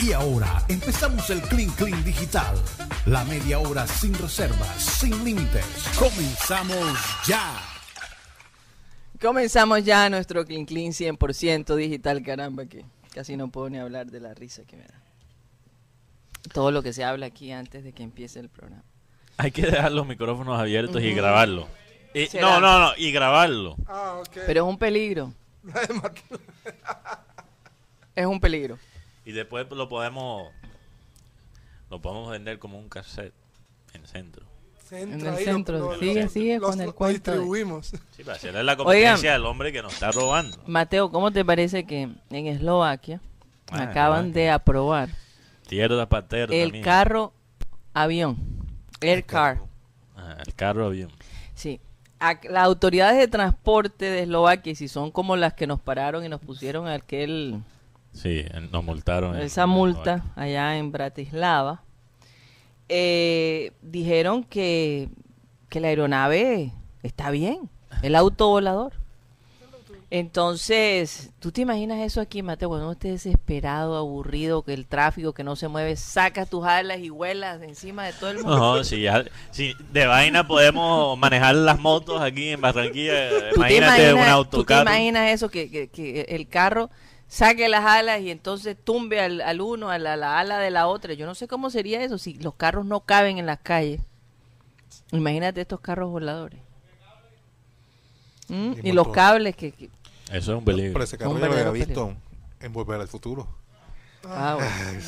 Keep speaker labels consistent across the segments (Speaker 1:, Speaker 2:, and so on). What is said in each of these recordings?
Speaker 1: Y ahora empezamos el Clean Clean Digital. La media hora sin reservas, sin límites. Comenzamos ya.
Speaker 2: Comenzamos ya nuestro Clean Clean 100% digital, caramba, que casi no puedo ni hablar de la risa que me da. Todo lo que se habla aquí antes de que empiece el programa.
Speaker 3: Hay que dejar los micrófonos abiertos y grabarlo. Y-
Speaker 2: ¿Será?
Speaker 3: no, no, no, y grabarlo.
Speaker 4: Ah, ok.
Speaker 2: Pero es un peligro, es un peligro.
Speaker 3: Y después lo podemos lo podemos vender como un cassette en el centro.
Speaker 4: Centro,
Speaker 2: En el
Speaker 4: ahí lo-
Speaker 5: centro,
Speaker 4: lo-
Speaker 3: sigue,
Speaker 4: lo-
Speaker 5: sigue
Speaker 4: lo-
Speaker 5: con el
Speaker 4: lo
Speaker 5: cuento de-
Speaker 4: distribuimos.
Speaker 3: Sí, para hacerle la competencia al hombre que nos está robando.
Speaker 2: Mateo, ¿cómo te parece que en Eslovaquia
Speaker 3: Ah,
Speaker 2: acaban de aprobar
Speaker 3: Tierra patera
Speaker 2: el
Speaker 3: también.
Speaker 2: carro avión? El car.
Speaker 3: Ah, el carro avión.
Speaker 2: Sí. Ac- Las autoridades de transporte de Eslovaquia, y si son como las que nos pararon y nos pusieron aquel
Speaker 3: Sí, eh, nos multaron. en-
Speaker 2: esa
Speaker 3: en
Speaker 2: multa
Speaker 3: Eslovaquia.
Speaker 2: allá en Bratislava, eh, dijeron que, que la aeronave está bien, el auto volador. Entonces, ¿tú te imaginas eso aquí, Mateo? Cuando uno esté desesperado, aburrido, que el tráfico, que no se mueve, sacas tus alas y vuelas encima de todo el mundo.
Speaker 3: No, si ya, si de vaina podemos manejar las motos aquí en Barranquilla.
Speaker 2: ¿Tú te
Speaker 3: Imagínate un
Speaker 2: imaginas-
Speaker 3: autocarro.
Speaker 2: ¿Tú te imaginas eso? Que, que- que el carro saque las alas y entonces tumbe al, al uno, a la, la ala de la otra. Yo no sé cómo sería eso si los carros no caben en las calles. Imagínate estos carros voladores. ¿Mm?
Speaker 6: Y
Speaker 2: Y los
Speaker 6: motor.
Speaker 2: cables que... que-
Speaker 3: Eso es un
Speaker 6: Pero
Speaker 3: peligro.
Speaker 6: ese carro
Speaker 2: Un
Speaker 6: ya lo había
Speaker 2: verdadero
Speaker 6: visto en Volver al Futuro.
Speaker 2: ah, bueno.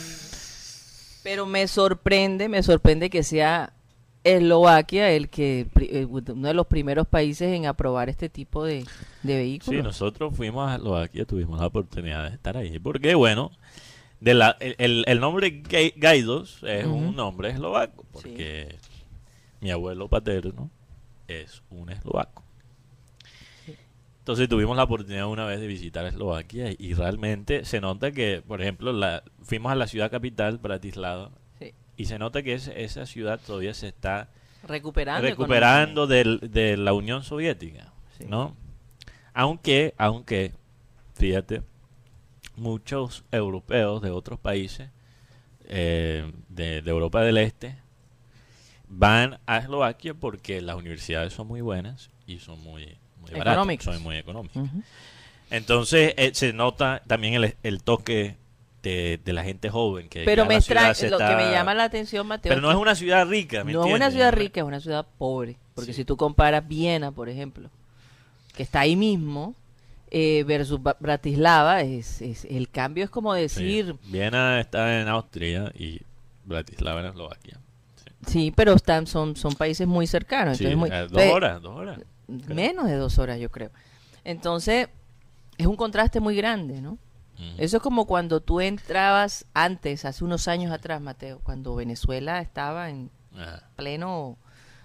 Speaker 2: Pero me sorprende, me sorprende que sea Eslovaquia el que pri- eh, uno de los primeros países en aprobar este tipo de, de vehículos.
Speaker 3: Sí, nosotros fuimos a Eslovaquia, tuvimos la oportunidad de estar ahí. Porque, bueno, de la, el, el- el nombre Gai- Gaidos es
Speaker 2: Ujú.
Speaker 3: un nombre eslovaco, porque mi abuelo paterno es un eslovaco. Entonces tuvimos la oportunidad una vez de visitar Eslovaquia y realmente se nota que, por ejemplo, la, fuimos a la ciudad capital, Bratislava,
Speaker 2: Sí.
Speaker 3: y se nota que es- esa ciudad todavía se está
Speaker 2: Recuperando.
Speaker 3: recuperando del- de la Unión Soviética,
Speaker 2: Sí.
Speaker 3: ¿no? Aunque, aunque, fíjate, muchos europeos de otros países eh, de, de Europa del Este van a Eslovaquia porque las universidades son muy buenas y son muy, muy baratas,
Speaker 2: Económicas. Mm.
Speaker 3: son muy económicas.
Speaker 2: Ujú.
Speaker 3: Entonces eh, se nota también el, el toque de, de la gente joven que
Speaker 2: Pero
Speaker 3: ya
Speaker 2: me
Speaker 3: la ciudad
Speaker 2: extraña,
Speaker 3: se
Speaker 2: lo que
Speaker 3: está-
Speaker 2: me llama la atención, Mateo.
Speaker 3: pero no es una ciudad rica, ¿me
Speaker 2: no es una
Speaker 3: entiendes?
Speaker 2: ciudad rica, es una ciudad pobre. Porque
Speaker 3: Sí.
Speaker 2: si tú comparas Viena, por ejemplo, que está ahí mismo, eh, versus Ba- Bratislava, es, es- el cambio es como
Speaker 3: Sí.
Speaker 2: decir,
Speaker 3: Viena está en Austria y Bratislava en Eslovaquia. Sí.
Speaker 2: sí, pero están, son, son países muy cercanos.
Speaker 3: Sí,
Speaker 2: Ah, entonces muy-
Speaker 3: eh, dos
Speaker 2: entonces,
Speaker 3: horas, dos horas. creo.
Speaker 2: Menos de dos horas, yo creo. Entonces, es un contraste muy grande, ¿no?
Speaker 3: Mm.
Speaker 2: Eso es como cuando tú entrabas antes, hace unos años atrás, Mateo, cuando Venezuela estaba en
Speaker 3: Ajá.
Speaker 2: pleno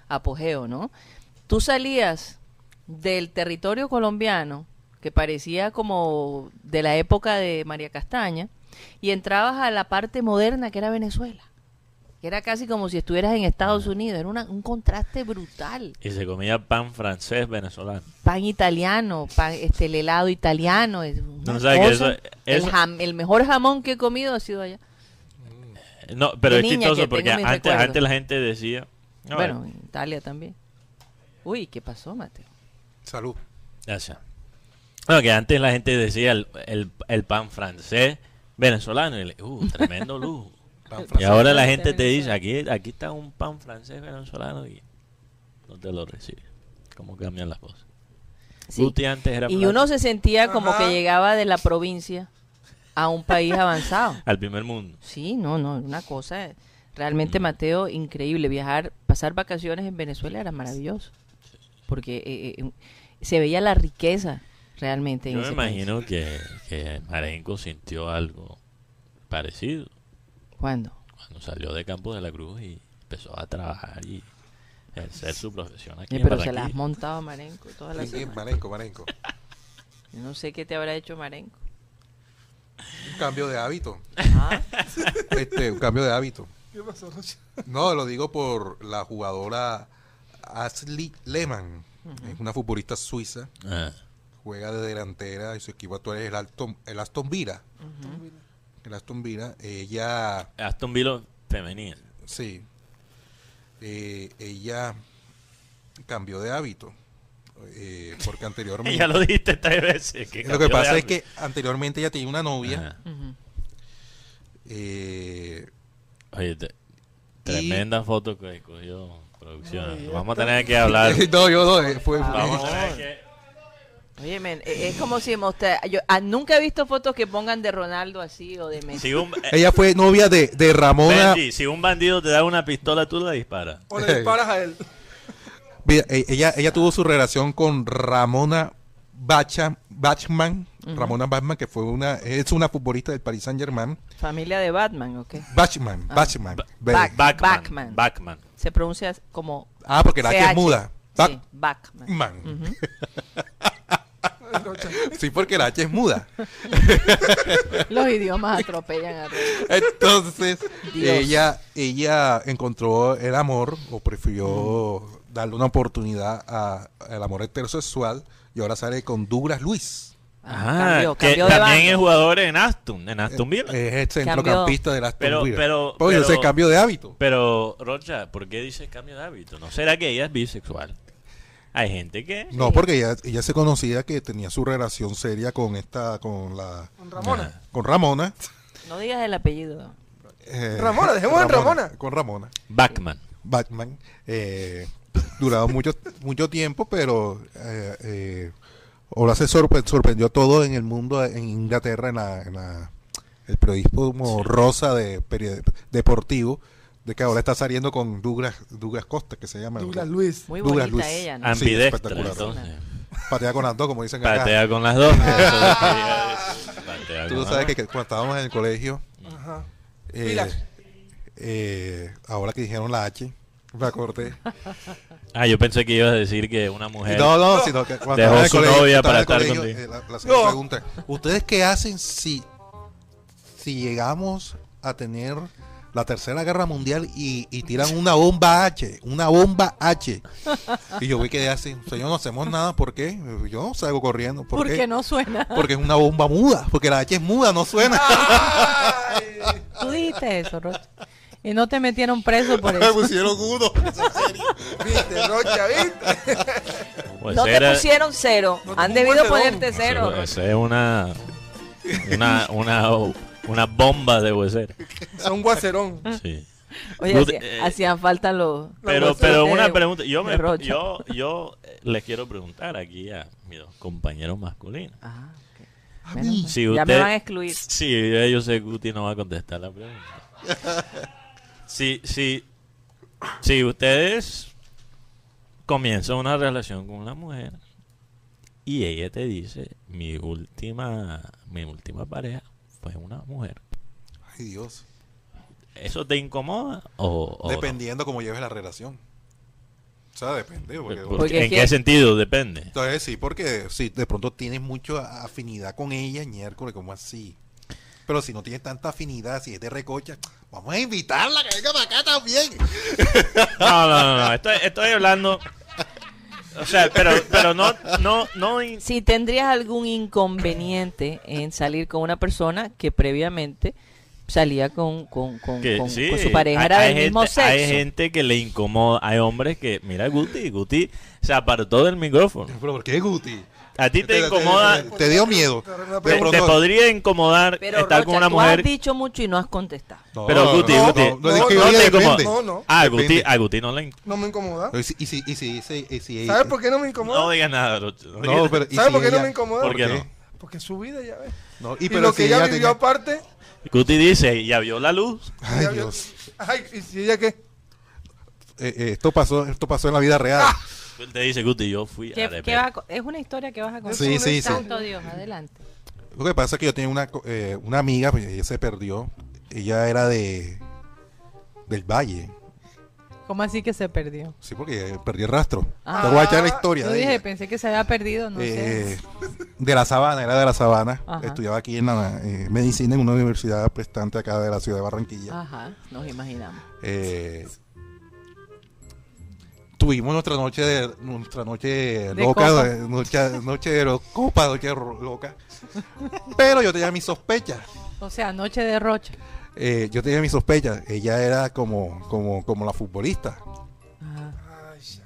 Speaker 2: apogeo, ¿no? Tú salías del territorio colombiano, que parecía como de la época de María Castaña, y entrabas a la parte moderna que era Venezuela. Que era casi como si estuvieras en Estados Unidos. Era una- un contraste brutal.
Speaker 3: Y se comía pan francés venezolano.
Speaker 2: Pan italiano, pan, este, el helado italiano. es una
Speaker 3: No, ¿sabes qué?
Speaker 2: cosa.
Speaker 3: Eso- eso-
Speaker 2: El, jam- el mejor jamón que he comido ha sido allá.
Speaker 3: Eh, No, pero
Speaker 2: De
Speaker 3: es
Speaker 2: niña
Speaker 3: chistoso
Speaker 2: que
Speaker 3: porque
Speaker 2: tengo mis
Speaker 3: antes,
Speaker 2: recuerdos.
Speaker 3: antes la gente decía. "Ah, no,
Speaker 2: bueno, en Italia también. Uy, ¿qué pasó, Mateo?
Speaker 6: Salud.
Speaker 3: Gracias. Bueno, que antes la gente decía el, el- el pan francés venezolano. Y le, uh, tremendo lujo.
Speaker 6: Pan
Speaker 3: y
Speaker 6: francés.
Speaker 3: ahora la gente te dice, aquí, aquí está un pan francés venezolano y no te lo recibe. ¿Cómo cambian las cosas?
Speaker 2: Sí.
Speaker 3: Guti antes era
Speaker 2: Y
Speaker 3: plata.
Speaker 2: uno se sentía como
Speaker 4: Ajá.
Speaker 2: que llegaba de la provincia a un país avanzado.
Speaker 3: al primer mundo.
Speaker 2: Sí, no, no, una cosa realmente,
Speaker 3: Mm.
Speaker 2: Mateo, increíble. Viajar, pasar vacaciones en Venezuela era maravilloso. Porque eh, eh, se veía la riqueza realmente. en
Speaker 3: Yo me
Speaker 2: ese país.
Speaker 3: imagino que, que Marenco sintió algo parecido
Speaker 2: ¿Cuándo?
Speaker 3: cuando salió de Campos de la Cruz y empezó a trabajar y ejercer su profesión aquí
Speaker 2: Eh,
Speaker 3: en
Speaker 2: pero se las
Speaker 3: Barranquilla.
Speaker 2: montaba Marenco toda la
Speaker 6: Sí, sí,
Speaker 2: semana.
Speaker 6: Marenco, Marenco.
Speaker 2: Yo no sé qué te habrá hecho Marenco.
Speaker 6: Un cambio de hábito. Este, un cambio de hábito.
Speaker 4: ¿Qué pasó, Rocha?
Speaker 6: No, lo digo por la jugadora Ashley Lehmann. Es una futbolista suiza.
Speaker 3: Ah,
Speaker 6: Juega de delantera y su equipo actual es el, Alton- el Aston Villa. el Aston Villa, ella,
Speaker 3: Aston Villa femenina.
Speaker 6: sí, eh, ella cambió de hábito. eh, porque anteriormente...
Speaker 3: ya lo dijiste tres veces. que
Speaker 6: lo
Speaker 3: cambió
Speaker 6: que
Speaker 3: de
Speaker 6: pasa es
Speaker 3: hambre.
Speaker 6: que anteriormente ella tenía una novia.
Speaker 3: Ajá.
Speaker 2: Ujú.
Speaker 6: eh,
Speaker 3: Oye, te-
Speaker 6: Y-
Speaker 3: tremenda foto que cogió producción. Vamos a tener que hablar.
Speaker 6: no, yo no, eh, fue-
Speaker 3: Vamos a
Speaker 6: eh,
Speaker 3: tener que...
Speaker 2: Oye, men, e- es como si mostra- yo ah, nunca he visto fotos que pongan de Ronaldo así o de Messi.
Speaker 3: Si un, eh,
Speaker 6: ella fue novia de, de Ramona.
Speaker 3: Benji, si un bandido te da una pistola, tú la disparas.
Speaker 4: O le disparas a él.
Speaker 6: Mira, eh, ella, ella tuvo su relación con Ramona Bacha, Bachman. Ramona Bachman, que fue una, es una futbolista del Paris Saint Germain.
Speaker 2: Familia de Batman, ¿ok?
Speaker 6: Bachman, Bachman.
Speaker 3: Ba-
Speaker 6: Ve.
Speaker 2: Bach-
Speaker 3: Backman.
Speaker 2: Backman.
Speaker 3: Backman.
Speaker 2: Se pronuncia como
Speaker 6: ah, porque la H es
Speaker 2: CH.
Speaker 6: muda.
Speaker 2: Sí,
Speaker 6: Bachman.
Speaker 2: Batman.
Speaker 6: Sí, porque la H es muda.
Speaker 2: Los idiomas atropellan a todos.
Speaker 6: Entonces,
Speaker 2: Dios.
Speaker 6: ella, ella encontró el amor o prefirió darle una oportunidad a- al amor heterosexual y ahora sale con Douglas Luis.
Speaker 3: Ajá,
Speaker 2: cambió,
Speaker 3: Ah, que
Speaker 2: cambió Ah, de
Speaker 3: también
Speaker 2: bando.
Speaker 3: es jugador en Aston, en
Speaker 6: Eh,
Speaker 3: Aston Villa.
Speaker 6: Es el centrocampista de las
Speaker 3: Pero- pero-
Speaker 6: Oye,
Speaker 3: pero-
Speaker 6: ese cambio de hábito.
Speaker 3: Pero, Rocha, ¿por qué dices cambio de hábito? ¿No será que ella es bisexual? Hay gente que...
Speaker 6: No, porque ella, ella se conocía que tenía su relación seria con esta, con la,
Speaker 4: Con Ramona.
Speaker 3: Ajá.
Speaker 6: con Ramona.
Speaker 2: No digas el apellido.
Speaker 6: eh,
Speaker 4: Ramona, dejemos en Ramona.
Speaker 6: Con Ramona.
Speaker 3: Backman.
Speaker 6: Batman. Eh, durado mucho, mucho tiempo, pero eh, eh, ahora se sorpre- sorprendió todo en el mundo, en Inglaterra, en, la, en la- el periodismo rosa de, peri- deportivo, de que ahora está saliendo con Douglas, Douglas Costa, que se llama.
Speaker 4: Douglas Luis.
Speaker 2: Muy
Speaker 6: Douglas
Speaker 2: bonita
Speaker 6: Luis.
Speaker 2: ella, ¿no?
Speaker 6: Ah,
Speaker 3: Ambidextra,
Speaker 6: espectacular.
Speaker 3: entonces.
Speaker 6: Patea con las dos, como dicen acá.
Speaker 3: Patea con las dos. Eso es lo que quería decir. Patea
Speaker 6: Tú
Speaker 3: con
Speaker 6: sabes
Speaker 3: las
Speaker 6: que, que cuando estábamos en el colegio,
Speaker 4: Ajá.
Speaker 6: eh,
Speaker 4: Pilas.
Speaker 6: eh, ahora que dijeron la H, me acordé.
Speaker 3: dos. Ah, yo pensé que ibas a decir que una mujer...
Speaker 6: No, no, sino que cuando
Speaker 3: Dejó
Speaker 6: estaba en el
Speaker 3: su
Speaker 6: colegio-
Speaker 3: novia para
Speaker 6: estaba en el
Speaker 3: estar
Speaker 6: colegio,
Speaker 3: contigo.
Speaker 6: eh, la- la señora
Speaker 4: No.
Speaker 6: pregunta, ¿ustedes qué hacen si, si llegamos a tener la tercera guerra mundial y, y tiran una bomba H? Una bomba H. Y yo voy quedé así, señor, no hacemos nada, ¿por qué? Yo salgo corriendo, ¿por,
Speaker 2: Porque
Speaker 6: qué?
Speaker 2: no suena.
Speaker 6: Porque es una bomba muda, porque la H es muda, no suena.
Speaker 2: Tú dijiste eso, Rocha. Y no te metieron preso por
Speaker 6: Me
Speaker 2: eso.
Speaker 6: pusieron uno.
Speaker 4: Viste, Rocha, viste.
Speaker 3: Pues
Speaker 2: no te
Speaker 3: era-
Speaker 2: pusieron cero.
Speaker 4: No te
Speaker 2: Han
Speaker 4: pongo
Speaker 2: debido
Speaker 4: el
Speaker 2: ponerte
Speaker 4: dedo.
Speaker 2: cero.
Speaker 3: Eso-
Speaker 2: Rocha.
Speaker 3: eso es una... Una, una, una bomba de huesera.
Speaker 4: Son guacerón.
Speaker 3: Sí.
Speaker 2: Oye,
Speaker 3: No
Speaker 2: hacía-
Speaker 3: te- eh,
Speaker 2: hacían falta los.
Speaker 3: Pero,
Speaker 2: los
Speaker 3: pero
Speaker 2: de-
Speaker 3: una pregunta, yo,
Speaker 2: de
Speaker 3: me,
Speaker 2: Rocha.
Speaker 3: yo, yo eh, les quiero preguntar aquí a mis dos compañeros masculinos.
Speaker 2: Ah, ok.
Speaker 6: A
Speaker 2: Menos
Speaker 6: mí.
Speaker 2: mal.
Speaker 3: Si
Speaker 2: Ya
Speaker 3: usted-
Speaker 2: me van a excluir.
Speaker 3: Sí, ya yo sé que Guti no va a contestar la pregunta. Si, si, si ustedes comienzan una relación con una mujer y ella te dice, mi última, mi última pareja fue una mujer,
Speaker 6: Ay, Dios.
Speaker 3: ¿eso te incomoda o, o no?
Speaker 6: Dependiendo cómo lleves la relación. O sea, depende. porque-
Speaker 3: Porque-
Speaker 2: Porque
Speaker 3: ¿En
Speaker 2: es
Speaker 3: qué
Speaker 2: que-
Speaker 3: sentido? Depende.
Speaker 6: Entonces sí, porque si de pronto tienes mucha afinidad con ella, miércoles, como así. Pero si no tienes tanta afinidad, si es de recocha, vamos a invitarla que venga para acá también.
Speaker 3: No, no, no, no, Estoy, estoy hablando. O sea, pero, pero no, no, no. in-
Speaker 2: Si tendrías algún inconveniente en salir con una persona que previamente salía con, con, con,
Speaker 3: que
Speaker 2: con-
Speaker 3: sí,
Speaker 2: con su pareja,
Speaker 3: hay-
Speaker 2: era
Speaker 3: hay
Speaker 2: del mismo
Speaker 3: gente- Hay
Speaker 2: sexo.
Speaker 3: gente que le incomoda. Hay hombres que, mira, Guti, Guti se apartó del micrófono.
Speaker 6: Pero ¿por qué, Guti?
Speaker 3: A ti te incomoda.
Speaker 6: Te, te dio miedo.
Speaker 3: Te,
Speaker 6: De
Speaker 3: te
Speaker 6: pronto-
Speaker 3: podría incomodar
Speaker 2: Pero
Speaker 3: estar
Speaker 2: Rocha,
Speaker 3: con una
Speaker 2: tú has
Speaker 3: mujer.
Speaker 2: dicho mucho y no has contestado.
Speaker 6: No,
Speaker 3: Pero
Speaker 6: no,
Speaker 3: Guti,
Speaker 6: no,
Speaker 3: Guti.
Speaker 6: no, no, es que
Speaker 4: No,
Speaker 3: no
Speaker 6: oye,
Speaker 3: te incomoda.
Speaker 6: depende.
Speaker 4: No, no.
Speaker 3: Ah, Guti,
Speaker 6: Depende.
Speaker 3: a Guti no le. in-
Speaker 4: No me incomoda.
Speaker 6: Y si, y si, y si, ese- y si-
Speaker 4: ¿Sabes por qué no me
Speaker 3: No eh.
Speaker 4: incomoda?
Speaker 3: digas nada, Rocha. No digas
Speaker 6: No,
Speaker 3: nada.
Speaker 6: pero, ¿y
Speaker 4: ¿Sabes
Speaker 6: si
Speaker 4: por qué no
Speaker 6: ella-
Speaker 4: me incomoda?
Speaker 3: ¿Por qué no?
Speaker 4: Porque es su vida, ya ves.
Speaker 6: No,
Speaker 4: Y,
Speaker 6: pero
Speaker 4: lo
Speaker 6: si
Speaker 4: que ella,
Speaker 6: ella
Speaker 4: vivió
Speaker 6: tenía-
Speaker 4: aparte.
Speaker 3: Guti dice, ya vio la luz.
Speaker 6: Ay,
Speaker 4: ya vio-
Speaker 6: Dios.
Speaker 4: Ay, ¿y si ella qué?
Speaker 6: Eh, eh, esto, pasó, esto pasó en la vida real.
Speaker 3: Él te dice, Guti, yo fui a
Speaker 2: ¿Qué-
Speaker 3: arrepentir".
Speaker 2: qué vas a co- es una historia que vas a contar.
Speaker 6: Sí, sí, sí.
Speaker 2: Santo Dios, adelante.
Speaker 6: Lo que pasa es que yo tenía una, co- eh, una amiga, pues, ella se perdió. Ella era de del Valle.
Speaker 5: ¿Cómo así que se perdió?
Speaker 6: Sí, porque perdí el rastro.
Speaker 2: Ah.
Speaker 6: Te voy a echar la historia.
Speaker 5: Yo
Speaker 6: de,
Speaker 5: dije,
Speaker 6: ella.
Speaker 5: pensé que se había perdido, no
Speaker 6: Eh,
Speaker 5: sé.
Speaker 6: de la sabana, era de la sabana.
Speaker 2: Ajá.
Speaker 6: Estudiaba aquí en la eh, medicina en una universidad prestante acá de la ciudad de Barranquilla.
Speaker 5: Ah.
Speaker 2: Ajá, nos imaginamos.
Speaker 6: Eh, tuvimos nuestra noche de, nuestra noche
Speaker 5: De
Speaker 6: loca, eh,
Speaker 5: copa.
Speaker 6: de- noche, noche de lo- copa, noche ro- loca. Pero yo tenía mis sospechas.
Speaker 5: O sea, noche de rocha.
Speaker 6: Eh, yo tenía mis sospechas. Ella era como, como, como la futbolista.
Speaker 5: Ajá.
Speaker 6: Sí,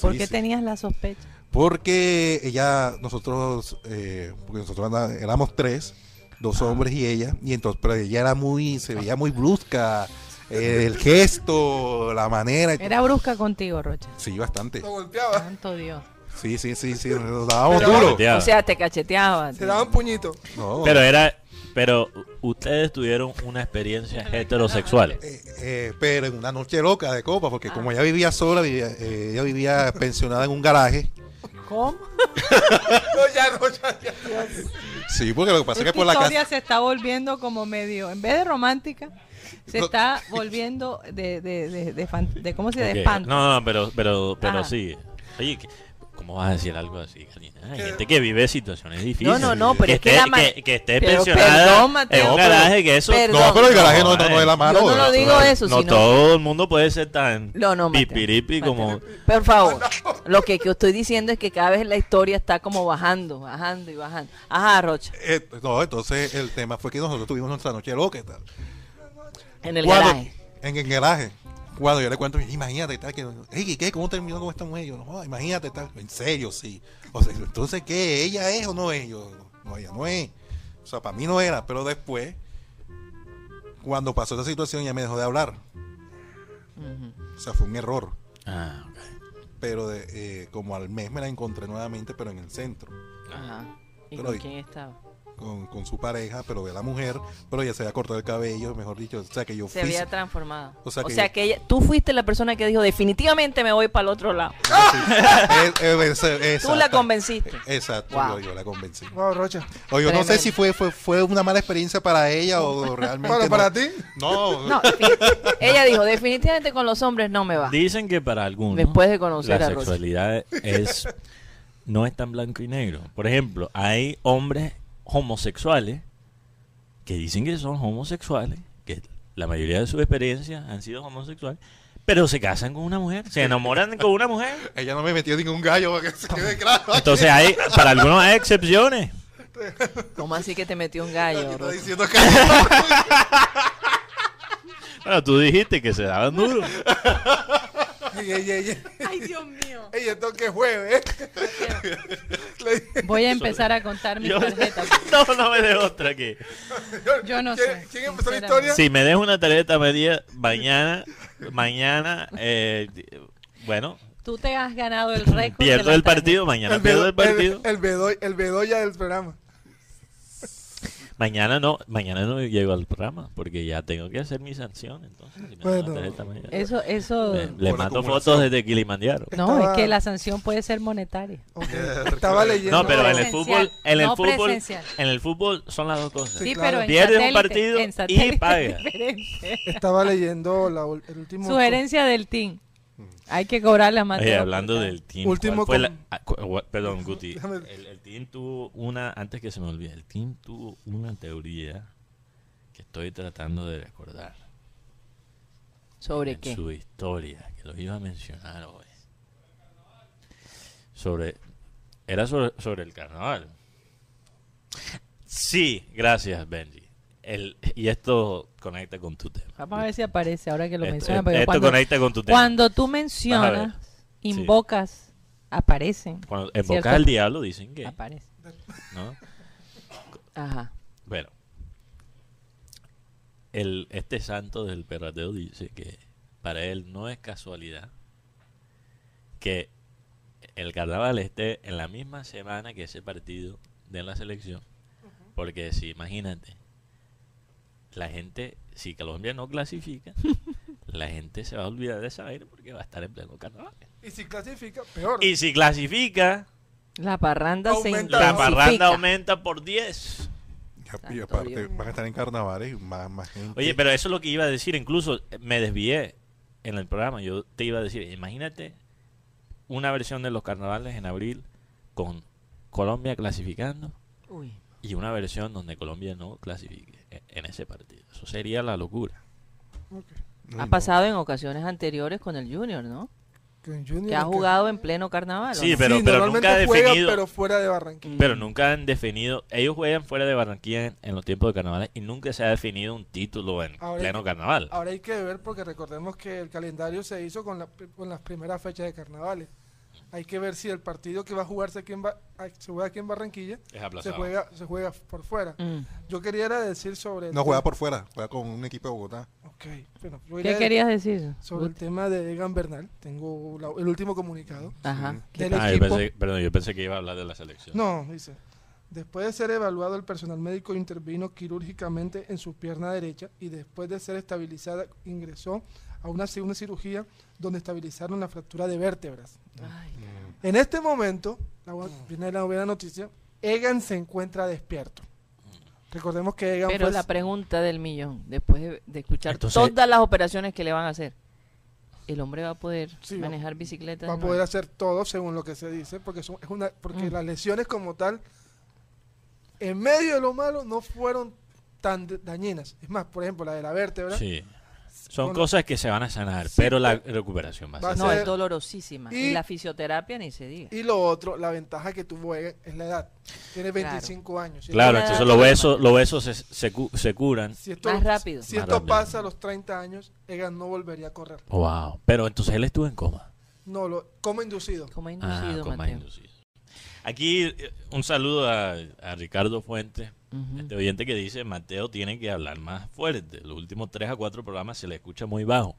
Speaker 5: ¿Por qué
Speaker 6: sí.
Speaker 5: tenías la sospecha?
Speaker 6: Porque ella, nosotros, eh, porque nosotros anda- éramos tres, dos hombres y ella, y entonces, pero ella era muy, se veía muy brusca, eh, el gesto, la manera. y todo.
Speaker 5: Era brusca contigo, Rocha.
Speaker 6: Sí, bastante.
Speaker 4: Lo golpeaba.
Speaker 5: Santo Dios.
Speaker 6: Sí, sí, sí, sí, nos dábamos
Speaker 4: Pero-
Speaker 6: duro.
Speaker 3: Cacheteaba.
Speaker 2: O sea, te cacheteaban.
Speaker 4: Se daban puñitos.
Speaker 6: No,
Speaker 3: Pero era, pero ustedes tuvieron una experiencia heterosexual.
Speaker 6: eh, eh, pero en una noche loca de copa, porque como ella vivía sola, vivía- eh, ella vivía pensionada en un garaje.
Speaker 5: ¿Cómo?
Speaker 4: No, ya, no, ya, ya.
Speaker 6: Sí, porque lo que pasa es
Speaker 5: Esta
Speaker 6: que por la
Speaker 5: historia
Speaker 6: casa.
Speaker 5: se está volviendo como medio, en vez de romántica, se
Speaker 6: No.
Speaker 5: está volviendo de, de, de, de, fan- de- ¿cómo se dice?
Speaker 3: Ok.
Speaker 5: De espanto.
Speaker 3: No, no, pero, pero, pero
Speaker 5: Ajá.
Speaker 3: sí. Oye, ¿qué- ¿cómo vas a decir algo así, Karina? Hay gente que vive situaciones
Speaker 2: No,
Speaker 3: difíciles.
Speaker 2: no, no, pero
Speaker 3: que,
Speaker 2: es que
Speaker 3: esté,
Speaker 2: la ma-
Speaker 3: que, que esté
Speaker 2: Pero
Speaker 3: pensionada
Speaker 2: perdón, Mateo,
Speaker 3: en un
Speaker 2: pero-
Speaker 3: garaje que eso...
Speaker 2: perdón.
Speaker 6: No, pero el garaje no, eh.
Speaker 3: No,
Speaker 6: no, no es la mano.
Speaker 2: Yo no lo
Speaker 6: ¿verdad?
Speaker 2: digo eso,
Speaker 3: No
Speaker 2: sino...
Speaker 3: todo el mundo puede ser tan
Speaker 2: No, no, Mateo.
Speaker 3: pipiripi
Speaker 2: Mateo.
Speaker 3: como...
Speaker 2: Por favor, lo que, que estoy diciendo es que cada vez la historia está como bajando, bajando y bajando. Ajá, Rocha,
Speaker 6: Eh, no, entonces el tema fue que nosotros tuvimos nuestra noche loca y tal.
Speaker 2: en el
Speaker 6: Cuando-
Speaker 2: garaje.
Speaker 6: En el garaje. Cuando yo le cuento, imagínate, tal, que, "Ey, ¿qué? ¿Cómo terminó con esta mujer? Yo, no, imagínate, tal. En serio, sí. O sea, entonces, ¿qué? ¿Ella es o no es? Yo, no, ella no es. O sea, para mí no era, pero después, cuando pasó esa situación, ya me dejó de hablar. O sea, fue un error.
Speaker 3: Ah, ok.
Speaker 6: Pero de, eh, como al mes me la encontré nuevamente, pero en el centro,
Speaker 2: Ajá. ¿Y
Speaker 6: Pero
Speaker 2: con
Speaker 6: y-
Speaker 2: quién estaba?
Speaker 6: con, con su pareja, pero de la mujer, pero ella se había cortado el cabello, mejor dicho. O sea, que yo
Speaker 2: Se
Speaker 6: fui-
Speaker 2: había transformado.
Speaker 6: O sea que-
Speaker 2: ella, tú fuiste la persona que dijo, definitivamente me voy para el otro lado.
Speaker 6: Eh, eh, esa-
Speaker 2: Tú la
Speaker 6: exacta-
Speaker 2: convenciste.
Speaker 6: Exacto,
Speaker 2: Wow.
Speaker 6: yo, yo la convencí.
Speaker 4: Wow, Rocha.
Speaker 6: O yo no
Speaker 2: Tremendo.
Speaker 6: sé si fue, fue, fue una mala experiencia para ella o realmente.
Speaker 4: Bueno,
Speaker 6: no.
Speaker 4: para ti.
Speaker 6: No,
Speaker 2: No, definit- ella dijo, definitivamente con los hombres no me va.
Speaker 3: Dicen que para algunos
Speaker 2: Después de conocer
Speaker 3: la
Speaker 2: a Rocha.
Speaker 3: sexualidad es no es tan blanco y negro. Por ejemplo, hay hombres homosexuales que dicen que son homosexuales, que la mayoría de sus experiencias han sido homosexuales, pero se casan con una mujer, se enamoran con una mujer.
Speaker 6: ella no me metió ningún gallo para que se quede claro.
Speaker 3: Entonces hay para algunos hay excepciones.
Speaker 2: ¿Cómo así que te metió un gallo?
Speaker 6: Está
Speaker 2: Rocha?
Speaker 6: diciendo que-
Speaker 3: Bueno, tú dijiste que se daban duro.
Speaker 4: Ey, ey, ey, ey.
Speaker 5: Ay, Dios mío.
Speaker 4: Ey, esto que es jueves. ¿eh? Le dije,
Speaker 5: Voy a empezar a contar mis
Speaker 3: Yo-
Speaker 5: tarjetas.
Speaker 2: pues.
Speaker 3: no, no me de otra que
Speaker 5: Yo no
Speaker 4: ¿Quién-
Speaker 5: sé.
Speaker 4: ¿Quién empezó la
Speaker 5: sinceramente.
Speaker 4: historia?
Speaker 3: si me dejo una tarjeta media mañana mañana eh, bueno,
Speaker 5: Tú te has ganado el récord. de
Speaker 3: pierdo
Speaker 5: las
Speaker 3: el partido, mañana pierdo el
Speaker 4: Bedo-
Speaker 3: partido.
Speaker 4: El, el Bedoya- el Bedoya del programa.
Speaker 3: Mañana no, mañana no llego al programa porque ya tengo que hacer mi sanción. Entonces, si me dan
Speaker 4: Bueno.
Speaker 3: la tarjeta mañana,
Speaker 5: tarjetas. Eso, eso.
Speaker 3: le, le
Speaker 6: Por
Speaker 3: mando
Speaker 6: acumulación.
Speaker 3: fotos desde Kilimanjaro.
Speaker 5: No,
Speaker 4: Estaba-
Speaker 5: es que la sanción puede ser monetaria.
Speaker 4: Ok, Estaba leyendo.
Speaker 3: No, pero en el
Speaker 5: presencial,
Speaker 3: fútbol, en el
Speaker 5: no
Speaker 3: fútbol,
Speaker 5: presencial.
Speaker 3: en el fútbol son las dos cosas.
Speaker 5: Sí,
Speaker 4: claro.
Speaker 5: pero en
Speaker 3: Pierdes un
Speaker 5: satélite-
Speaker 3: partido
Speaker 5: en
Speaker 3: y
Speaker 5: satélite
Speaker 3: pagas.
Speaker 5: es diferente.
Speaker 4: Estaba leyendo la ul- el último.
Speaker 5: Sugerencia del team. Hay que cobrarle a más.
Speaker 3: Oye, hablando del team,
Speaker 4: Último
Speaker 3: ¿cuál fue
Speaker 4: con-
Speaker 3: la- ah, cu- gua- perdón, Guti.
Speaker 4: Déjame-
Speaker 3: El, el team tuvo una, antes que se me olvide, el team tuvo una teoría que estoy tratando de recordar
Speaker 2: ¿Sobre
Speaker 3: en
Speaker 2: qué?
Speaker 3: su historia, que los iba a mencionar hoy. Sobre. Era sobre, sobre el carnaval. Sí, gracias, Benji. El, y esto conecta con tu tema.
Speaker 5: Vamos a ver si aparece ahora que lo
Speaker 3: Esto-
Speaker 5: mencionas.
Speaker 3: esto-
Speaker 5: porque
Speaker 3: esto
Speaker 5: cuando,
Speaker 3: conecta con tu tema.
Speaker 5: Cuando tú
Speaker 3: Vas a ver.
Speaker 5: mencionas,
Speaker 3: Sí.
Speaker 5: invocas, aparecen.
Speaker 3: Cuando en
Speaker 5: ¿Cierto?
Speaker 3: boca del diablo dicen que.
Speaker 5: Aparecen.
Speaker 3: ¿no?
Speaker 2: Ajá.
Speaker 3: Bueno. El, este santo del perrateo dice que para él no es casualidad que el carnaval esté en la misma semana que ese partido de la selección. Porque si imagínate, la gente, si Colombia no clasifica, la gente se va a olvidar de esa vaina porque va a estar en pleno carnaval.
Speaker 4: Y si clasifica, peor.
Speaker 3: Y si clasifica,
Speaker 2: La parranda se
Speaker 4: Aumenta.
Speaker 3: la
Speaker 2: intensifica.
Speaker 3: parranda aumenta por 10.
Speaker 6: Ya, y aparte, van a estar en carnavales y más, más gente.
Speaker 3: Oye, pero eso es lo que iba a decir. Incluso eh, me desvié en el programa. Yo te iba a decir, imagínate una versión de los carnavales en abril con Colombia clasificando
Speaker 2: Uy,
Speaker 3: y una versión donde Colombia no clasifique e- en ese partido. Eso sería la locura.
Speaker 6: Uy,
Speaker 2: ha
Speaker 6: no.
Speaker 2: pasado en ocasiones anteriores con el Junior, ¿no?
Speaker 4: Con Junior
Speaker 2: que ha
Speaker 4: es
Speaker 2: jugado en pleno carnaval. ¿o
Speaker 3: Sí,
Speaker 2: no?
Speaker 3: pero- pero
Speaker 4: normalmente
Speaker 3: nunca ha
Speaker 4: juega,
Speaker 3: definido.
Speaker 4: pero fuera de Barranquilla.
Speaker 3: Pero nunca han definido, ellos juegan fuera de Barranquilla en, en los tiempos de carnavales y nunca se ha definido un título en
Speaker 4: Ahora-
Speaker 3: pleno carnaval.
Speaker 4: Ahora hay que ver porque recordemos que el calendario se hizo con, la- con las primeras fechas de carnavales. Hay que ver si el partido que va a jugarse aquí en, Ba- a- se juega aquí en Barranquilla
Speaker 3: Es
Speaker 4: se
Speaker 3: aplazado.
Speaker 4: juega, se juega por fuera.
Speaker 2: Mm.
Speaker 4: Yo quería era decir sobre...
Speaker 6: No juega por fuera, juega con un equipo de Bogotá.
Speaker 4: Ok, bueno, yo
Speaker 2: ¿Qué
Speaker 4: quería
Speaker 2: querías decir?
Speaker 4: Pues Sobre el tema de Egan Bernal, tengo la- el último comunicado.
Speaker 2: Ajá.
Speaker 4: Del
Speaker 3: Ah, yo
Speaker 4: equipo.
Speaker 3: pensé, perdón, yo pensé que iba a hablar de la selección.
Speaker 4: No, dice. Después de ser evaluado, el personal médico intervino quirúrgicamente en su pierna derecha y después de ser estabilizada ingresó a una segunda cirugía donde estabilizaron la fractura de vértebras.
Speaker 2: Ay,
Speaker 4: En este momento, la bu- viene la buena noticia, Egan se encuentra despierto. Recordemos que Egan
Speaker 2: pero
Speaker 4: fue-
Speaker 2: la pregunta del millón, después de, de escuchar
Speaker 3: Entonces-
Speaker 2: todas las operaciones que le van a hacer, ¿el hombre va a poder
Speaker 4: Sí, va-
Speaker 2: manejar bicicleta?
Speaker 4: va a
Speaker 2: de
Speaker 4: poder
Speaker 2: nuevo?
Speaker 4: hacer todo según lo que se dice, porque son, es una, porque
Speaker 2: Mm.
Speaker 4: las lesiones como tal, en medio de lo malo, no fueron tan de- dañinas. Es más, por ejemplo, la de la vértebra.
Speaker 3: Sí. Son
Speaker 4: Con-
Speaker 3: cosas que se van a sanar,
Speaker 4: Sí,
Speaker 3: pero la
Speaker 4: pero-
Speaker 3: recuperación va a
Speaker 4: va a
Speaker 3: ser.
Speaker 2: No,
Speaker 4: hacer-
Speaker 2: es dolorosísima. Y,
Speaker 4: y-
Speaker 2: la fisioterapia ni se diga.
Speaker 4: Y lo otro, la ventaja que tuvo Egan es la edad. Tiene 25 años. Si
Speaker 3: Claro,
Speaker 2: Tiene
Speaker 3: entonces
Speaker 2: la-
Speaker 3: los besos, los besos se, se cu- se curan.
Speaker 4: si esto,
Speaker 2: Más rápido.
Speaker 4: Si
Speaker 3: Más
Speaker 4: esto
Speaker 3: rápido.
Speaker 4: pasa a los 30 años, Egan no volvería a correr.
Speaker 3: Wow. Pero entonces él estuvo en coma.
Speaker 4: No, lo, como inducido.
Speaker 2: Como ha
Speaker 3: Ah,
Speaker 2: inducido,
Speaker 3: coma
Speaker 2: Mateo.
Speaker 3: inducido. Aquí eh, un saludo a, a Ricardo Fuentes,
Speaker 2: Ujú.
Speaker 3: este oyente que dice, Mateo tiene que hablar más fuerte. Los últimos tres a cuatro programas se le escucha muy bajo.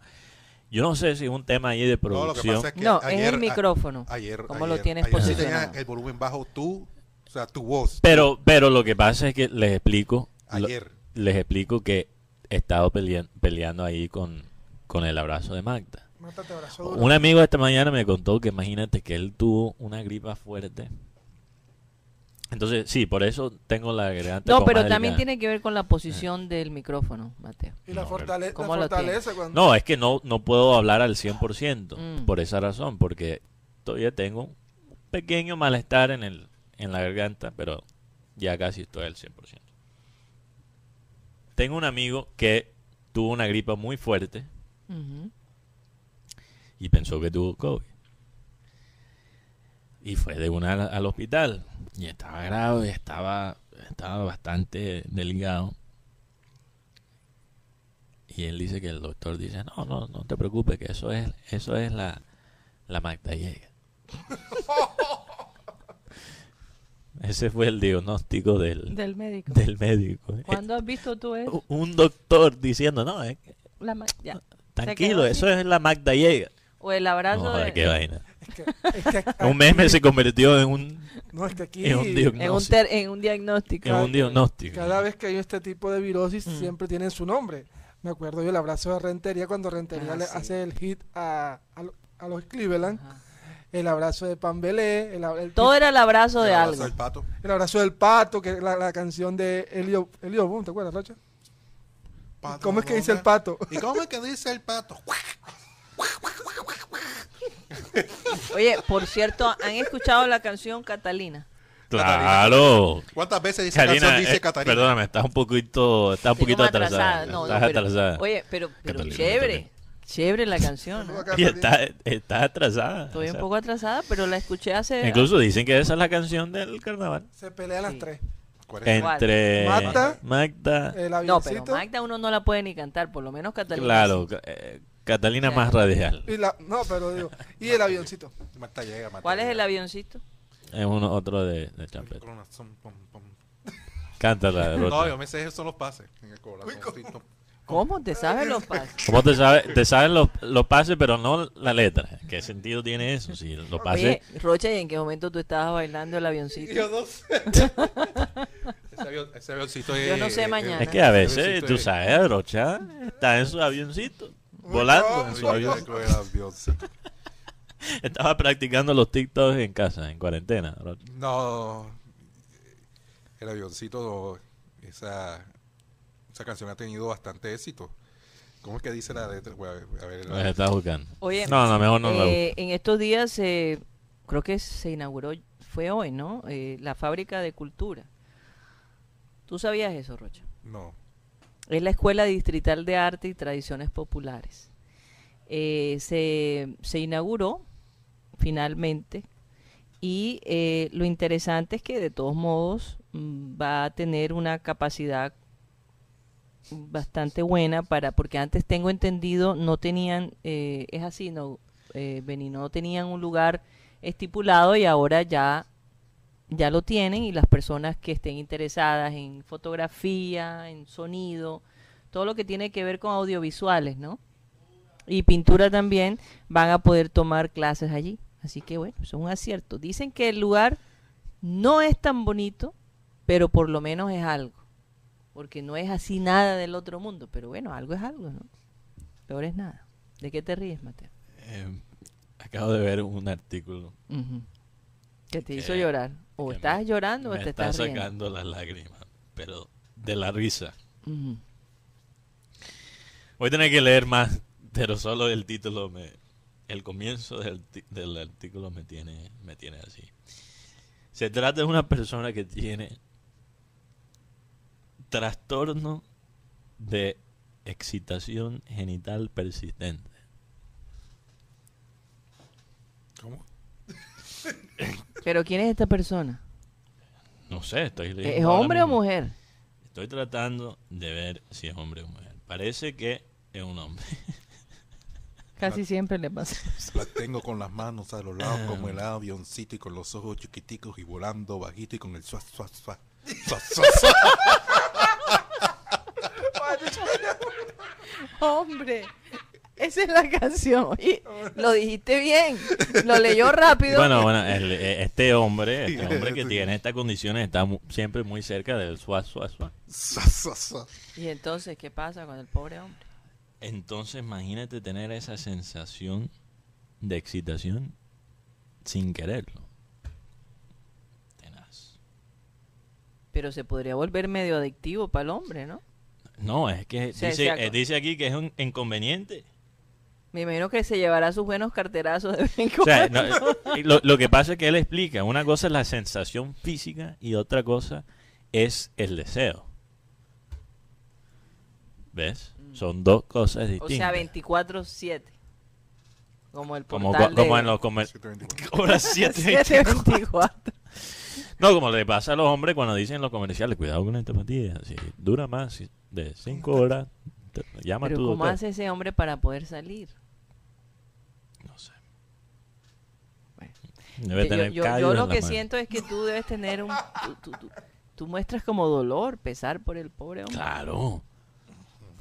Speaker 3: Yo no sé si es un tema ahí de
Speaker 6: No, lo que
Speaker 3: producción.
Speaker 6: pasa es que
Speaker 2: No, es
Speaker 6: ayer,
Speaker 2: el micrófono.
Speaker 6: a- ayer,
Speaker 2: ¿Cómo lo
Speaker 6: ayer-
Speaker 2: tienes
Speaker 6: ayer sí
Speaker 2: posicionado?
Speaker 6: tenía el volumen bajo tú, o sea, tu voz.
Speaker 3: Pero, pero lo que pasa es que les explico, lo-
Speaker 6: ayer.
Speaker 3: les explico que he estado pelean- peleando ahí con, con el abrazo de Magda.
Speaker 4: Marta te abrazó duro.
Speaker 3: Un amigo esta mañana me contó que imagínate que él tuvo una gripa fuerte. Entonces, sí, por eso tengo la garganta.
Speaker 2: No,
Speaker 3: como
Speaker 2: pero
Speaker 3: más
Speaker 2: también
Speaker 3: delgada.
Speaker 2: tiene que ver con
Speaker 3: Eh.
Speaker 2: la posición del micrófono, Mateo.
Speaker 4: Y la,
Speaker 3: No,
Speaker 4: fortale- la
Speaker 2: ¿cómo lo
Speaker 4: fortaleza cuando...
Speaker 3: No, es que no, no puedo hablar al 100%
Speaker 2: Mm.
Speaker 3: por esa razón, porque todavía tengo un pequeño malestar en, el, en la garganta, pero ya casi estoy al 100%. Tengo un amigo que tuvo una gripa muy fuerte
Speaker 2: Ujú.
Speaker 3: y pensó que tuvo COVID. Y fue de una al, al hospital. Y estaba grave, estaba, estaba bastante delgado. Y él dice que el doctor dice, no, no, no te preocupes, que eso es, eso es la, la Magda llega. Ese fue el diagnóstico del,
Speaker 5: Del médico.
Speaker 3: del médico.
Speaker 5: ¿Cuándo has visto tú
Speaker 3: Eh,
Speaker 5: eso?
Speaker 3: Un doctor diciendo, no, eh,
Speaker 5: La ma- ya.
Speaker 3: tranquilo,
Speaker 5: quedó así.
Speaker 3: eso es la Magda llega.
Speaker 2: O el abrazo
Speaker 3: No,
Speaker 2: de-
Speaker 3: joder, qué vaina.
Speaker 4: Es que, es que aquí,
Speaker 3: Un meme se convirtió en un,
Speaker 4: no, es que aquí
Speaker 3: en un
Speaker 2: en, un
Speaker 3: diagnóstico.
Speaker 2: ter- en un diagnóstico.
Speaker 3: En un diagnóstico.
Speaker 4: cada vez que hay este tipo de virosis
Speaker 2: Mm.
Speaker 4: siempre tienen su nombre. Me acuerdo yo el abrazo de Rentería cuando Rentería
Speaker 2: Ah,
Speaker 4: le
Speaker 2: sí.
Speaker 4: hace el hit a, a lo- a los Cleveland,
Speaker 2: Ajá.
Speaker 4: el abrazo de Pambelé, el, a- el-
Speaker 2: Todo era el abrazo de
Speaker 6: El abrazo
Speaker 2: algo.
Speaker 6: del pato.
Speaker 4: el abrazo del pato, que es la, la canción de Elio, Elio Boom, ¿te acuerdas, Rocha?
Speaker 6: Pato, ¿eh?
Speaker 4: ¿Cómo es que dice el
Speaker 6: ¿dónde?
Speaker 4: pato?
Speaker 6: ¿Y cómo es que dice el pato?
Speaker 2: Oye, por cierto, ¿han escuchado la canción Catalina?
Speaker 3: Claro.
Speaker 6: ¿Cuántas veces dice
Speaker 3: Karina,
Speaker 6: canción dice
Speaker 3: eh,
Speaker 6: Catarina?
Speaker 3: perdóname, estás un poquito, estás un
Speaker 2: Estoy
Speaker 3: poquito
Speaker 2: como
Speaker 3: atrasada.
Speaker 2: No, no,
Speaker 3: estás
Speaker 2: pero-
Speaker 3: atrasada.
Speaker 2: Oye, pero, pero
Speaker 3: Catalina,
Speaker 2: chévere.
Speaker 3: Catalina.
Speaker 2: Chévere la canción. ¿no?
Speaker 3: Y estás estás atrasada.
Speaker 2: Estoy
Speaker 3: O
Speaker 2: un
Speaker 3: sea,
Speaker 2: poco atrasada, pero la escuché hace...
Speaker 3: Incluso dicen que esa es la canción del carnaval.
Speaker 4: Se pelean
Speaker 2: Sí. Ah.
Speaker 4: las tres.
Speaker 6: ¿Cuál es?
Speaker 2: Pues
Speaker 3: Entre
Speaker 4: Magda.
Speaker 3: Magda-
Speaker 4: El
Speaker 2: No, pero
Speaker 4: avioncito
Speaker 2: Magda uno no la puede ni cantar, por lo menos Catalina.
Speaker 3: claro,
Speaker 2: sí.
Speaker 3: eh, Catalina más radial.
Speaker 4: y la, no, pero digo, y el avioncito.
Speaker 6: Marta llega, Marta
Speaker 2: ¿Cuál es el
Speaker 6: llega.
Speaker 2: avioncito?
Speaker 3: Es uno, otro de, de Champeta.
Speaker 6: Corazón, pum, pum.
Speaker 3: Cántala,
Speaker 6: No,
Speaker 3: Rocha.
Speaker 6: yo me sé, son los pases. En el corazoncito.
Speaker 2: ¿Cómo te sabes los pasos?
Speaker 3: ¿Cómo te, sabe- te saben los, los pases, pero no la letra? ¿Qué sentido tiene eso? Si los pases...
Speaker 2: Oye, Rocha, ¿y en qué momento tú estabas bailando el avioncito?
Speaker 6: Yo no sé. ese, avión- ese avioncito es.
Speaker 2: Yo no sé mañana.
Speaker 3: Es que a
Speaker 6: ese
Speaker 3: veces,
Speaker 6: avioncito
Speaker 3: tú
Speaker 6: es-
Speaker 3: sabes, Rocha está en su avioncito, volando en su
Speaker 6: Ay,
Speaker 3: avión.
Speaker 6: con el avioncito.
Speaker 3: Estaba practicando los TikToks en casa, en cuarentena, Rocha.
Speaker 6: No. El avioncito, esa, esa canción ha tenido bastante éxito. ¿Cómo es que dice la letra? Voy A ver, a ver, la-
Speaker 3: Los estaba buscando.
Speaker 2: Oye,
Speaker 3: no, no, mejor no la busco.
Speaker 2: Eh, en estos días, eh, creo que se inauguró, fue hoy, ¿no? Eh, la fábrica de cultura. ¿Tú sabías eso, Rocha?
Speaker 6: No.
Speaker 2: Es la Escuela Distrital de Arte y Tradiciones Populares. Eh, se, se inauguró finalmente. Y eh, lo interesante es que de todos modos mm, va a tener una capacidad bastante buena para, porque antes tengo entendido, no tenían, eh, es así, no, eh, Beni, no tenían un lugar estipulado y ahora ya, ya lo tienen y las personas que estén interesadas en fotografía, en sonido, todo lo que tiene que ver con audiovisuales, ¿no? Y pintura también, van a poder tomar clases allí. Así que bueno, es un acierto. Dicen que el lugar no es tan bonito, pero por lo menos es algo. Porque no es así nada del otro mundo, pero bueno, algo es algo, ¿no? Peor es nada. ¿De qué te ríes, Mateo?
Speaker 3: Eh, acabo de ver un artículo.
Speaker 2: Ujú. Que te hizo
Speaker 3: Que-
Speaker 2: llorar. O
Speaker 3: que me-
Speaker 2: estás llorando o
Speaker 3: Me
Speaker 2: te
Speaker 3: está
Speaker 2: estás riendo.
Speaker 3: sacando las lágrimas, pero de la risa.
Speaker 2: Ujú.
Speaker 3: Voy a tener que leer más, pero solo el título me... El comienzo del, ti- del artículo me tiene, me tiene así. Se trata de una persona que tiene trastorno de excitación genital persistente.
Speaker 6: ¿Cómo?
Speaker 2: Pero ¿quién es esta persona?
Speaker 3: No sé, estoy leyendo
Speaker 2: ¿Es
Speaker 3: ahora
Speaker 2: hombre o
Speaker 3: mismo.
Speaker 2: mujer?
Speaker 3: Estoy tratando de ver si es hombre o mujer. Parece que es un hombre.
Speaker 5: Casi siempre le pasa.
Speaker 6: La tengo con las manos a los lados como el avioncito y con los ojos chiquiticos y volando bajito y con el suaz, suaz, suaz. Suaz, suaz, suaz.
Speaker 5: Hombre, esa es la canción.
Speaker 2: Y lo dijiste bien. Lo leyó rápido.
Speaker 3: Bueno, bueno, el- eh, este hombre, este
Speaker 6: Sí,
Speaker 3: hombre que
Speaker 6: sí.
Speaker 3: tiene estas condiciones está mu- siempre muy cerca del suaz, suaz, suaz.
Speaker 6: Suaz, suaz, suaz.
Speaker 2: Y entonces, ¿qué pasa con el pobre hombre?
Speaker 3: Entonces, imagínate tener esa sensación de excitación sin quererlo. Tenaz.
Speaker 2: Pero se podría volver medio adictivo para el hombre, ¿no?
Speaker 3: No, es que
Speaker 2: Sí,
Speaker 3: dice,
Speaker 2: sí, acu-
Speaker 3: eh, dice aquí que es un inconveniente.
Speaker 2: Me imagino que se llevará sus buenos carterazos de vez en
Speaker 3: O sea,
Speaker 2: cuando.
Speaker 3: no, eh, lo, lo que pasa es que él explica, una cosa es la sensación física y otra cosa es el deseo. ¿Ves? Son dos cosas
Speaker 2: Mm. O sea,
Speaker 3: distintas.
Speaker 2: 24-7. Como el
Speaker 3: como,
Speaker 2: portal
Speaker 3: cua- como
Speaker 2: de-
Speaker 3: en los comer-
Speaker 6: 724.
Speaker 3: horas siete,
Speaker 2: 724.
Speaker 3: No, como le pasa a los hombres cuando dicen en los comerciales, cuidado con la empatía, si dura más si- de cinco horas, te- llama a
Speaker 2: Pero
Speaker 3: tu
Speaker 2: ¿cómo
Speaker 3: doctor.
Speaker 2: hace ese hombre para poder salir?
Speaker 3: No sé.
Speaker 2: Bueno.
Speaker 3: Debe
Speaker 2: Yo- yo,
Speaker 3: tener
Speaker 2: yo- yo
Speaker 3: callos en
Speaker 2: lo
Speaker 3: la
Speaker 2: que
Speaker 3: mano.
Speaker 2: siento es que tú debes tener un... Tú, tú- tú- tú muestras como dolor, pesar por el pobre hombre.
Speaker 3: Claro.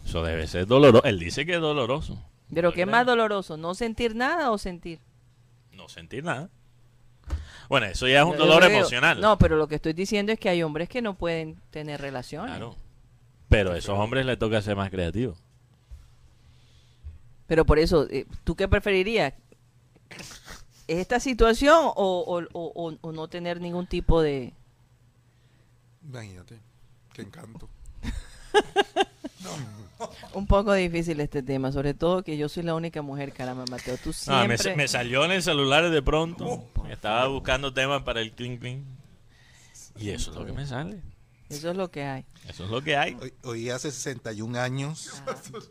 Speaker 3: Eso debe ser doloroso. Él dice que es doloroso.
Speaker 2: Pero
Speaker 3: Yo
Speaker 2: ¿qué es
Speaker 3: creo.
Speaker 2: más doloroso? ¿No sentir nada o sentir?
Speaker 3: No sentir nada. Bueno, eso ya es un
Speaker 2: Yo- yo
Speaker 3: dolor
Speaker 2: creo-
Speaker 3: emocional.
Speaker 2: No, pero lo que estoy diciendo es que hay hombres que no pueden tener relaciones.
Speaker 3: claro. Pero a esos hombres les toca ser más creativos.
Speaker 2: Pero por eso, eh, ¿tú qué preferirías? ¿Esta situación o, o- o- o- o no tener ningún tipo de...
Speaker 6: Imagínate. Qué encanto.
Speaker 2: Un poco difícil este tema, sobre todo que yo soy la única mujer, caramba, Mateo. Tú
Speaker 3: Ah, me,
Speaker 2: siempre...
Speaker 3: me salió en el celular de pronto. Estaba buscando temas para el clink clink. Y eso es lo que me sale.
Speaker 2: Eso es lo que hay.
Speaker 3: Eso es lo que hay.
Speaker 6: Hoy, hoy hace 61 años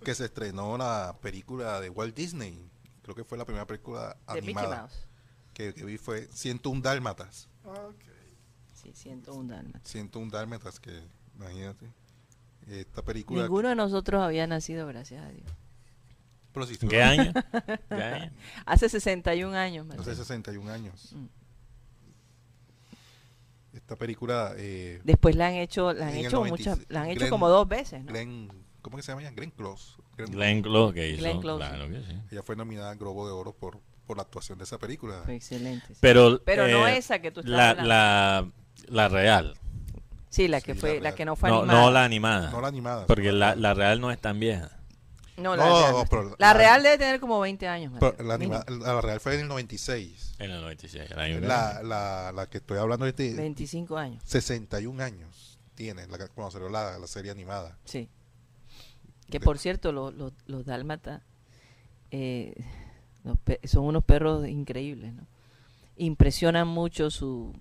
Speaker 6: que se estrenó la película de Walt Disney. Creo que fue la primera película
Speaker 2: De Mickey
Speaker 6: animada
Speaker 2: Mouse.
Speaker 6: que, que vi fue 101 Dálmatas.
Speaker 2: Sí, siento un dálmata.
Speaker 6: 101 Dálmatas, que imagínate. Esta película...
Speaker 2: Ninguno de nosotros había nacido, gracias a Dios.
Speaker 6: Pero sí,
Speaker 3: ¿Qué año? ¿Qué año?
Speaker 2: Hace 61 años, Mateo.
Speaker 6: Hace 61 años.
Speaker 2: Mm.
Speaker 6: Esta película... Eh,
Speaker 2: Después la han hecho, la han
Speaker 6: En el
Speaker 2: hecho
Speaker 6: 96.
Speaker 2: muchas, la han hecho
Speaker 6: Glenn-
Speaker 2: como dos veces, ¿no?
Speaker 6: Glenn... ¿Cómo que se llama ella? Glenn Close. Glenn-
Speaker 3: Glenn Close que hizo.
Speaker 2: Glenn Close,
Speaker 3: Claro que sí.
Speaker 6: Ella fue nominada al Globo de Oro por, por la actuación de esa película.
Speaker 2: Fue excelente. sí.
Speaker 3: Pero,
Speaker 2: Pero no
Speaker 3: eh,
Speaker 2: esa que tú estás
Speaker 3: la,
Speaker 2: hablando.
Speaker 3: la, la real.
Speaker 2: sí, la que
Speaker 6: sí,
Speaker 2: fue,
Speaker 6: la
Speaker 2: la,
Speaker 6: real.
Speaker 2: que no fue
Speaker 3: No,
Speaker 2: animada.
Speaker 3: no la animada.
Speaker 6: No la animada.
Speaker 3: Porque
Speaker 6: sino
Speaker 3: la, la real no es tan vieja.
Speaker 2: No, la
Speaker 6: No,
Speaker 2: real.
Speaker 6: no,
Speaker 2: está.
Speaker 6: pero-
Speaker 2: la
Speaker 6: la-
Speaker 2: real debe tener como 20 años.
Speaker 6: Pero
Speaker 2: Mateo,
Speaker 6: la,
Speaker 2: mínimo.
Speaker 6: anima- la- la real fue en el 96.
Speaker 3: En el 96. el año
Speaker 6: La, la, la que estoy hablando es de
Speaker 2: 25 años.
Speaker 6: 61 años tiene la, que- cuando salió la, la serie animada.
Speaker 2: Sí. Que por cierto, los, los, los dálmatas eh, los pe- son unos perros increíbles, ¿no? Impresionan mucho su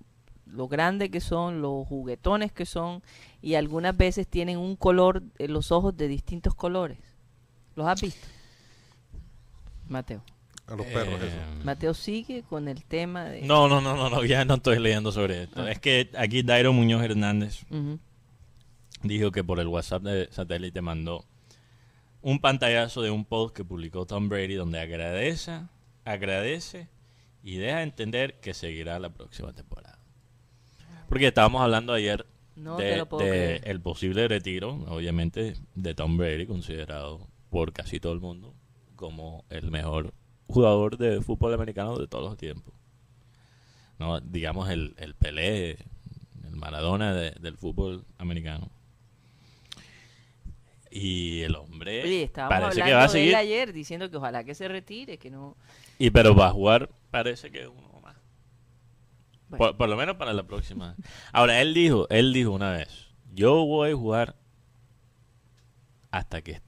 Speaker 2: lo grande que son, los juguetones que son, y algunas veces tienen un color, eh, los ojos de distintos colores. ¿Los has visto? Mateo.
Speaker 6: A los perros, eso.
Speaker 3: Eh,
Speaker 2: Mateo sigue con el tema de...
Speaker 3: No, no, no, no, no, ya no estoy leyendo sobre esto. Es que aquí Dairo Muñoz Hernández
Speaker 2: Ujú.
Speaker 3: dijo que por el WhatsApp de satélite mandó un pantallazo de un post que publicó Tom Brady donde agradece, agradece y deja entender que seguirá la próxima temporada. Porque estábamos hablando ayer
Speaker 2: No
Speaker 3: de,
Speaker 2: te lo puedo
Speaker 3: de
Speaker 2: creer.
Speaker 3: el posible retiro, obviamente, de Tom Brady, considerado por casi todo el mundo como el mejor jugador de fútbol americano de todos los tiempos. No, digamos el, el Pelé, el Maradona de- del fútbol americano. Y el hombre
Speaker 2: Oye, estábamos
Speaker 3: parece
Speaker 2: hablando
Speaker 3: que va a
Speaker 2: de él
Speaker 3: seguir.
Speaker 2: ayer diciendo que ojalá que se retire, que no...
Speaker 3: Y pero va a jugar, parece que uno más.
Speaker 2: Bueno.
Speaker 3: Por, por lo menos para la próxima. Ahora, él dijo, él dijo una vez, yo voy a jugar hasta que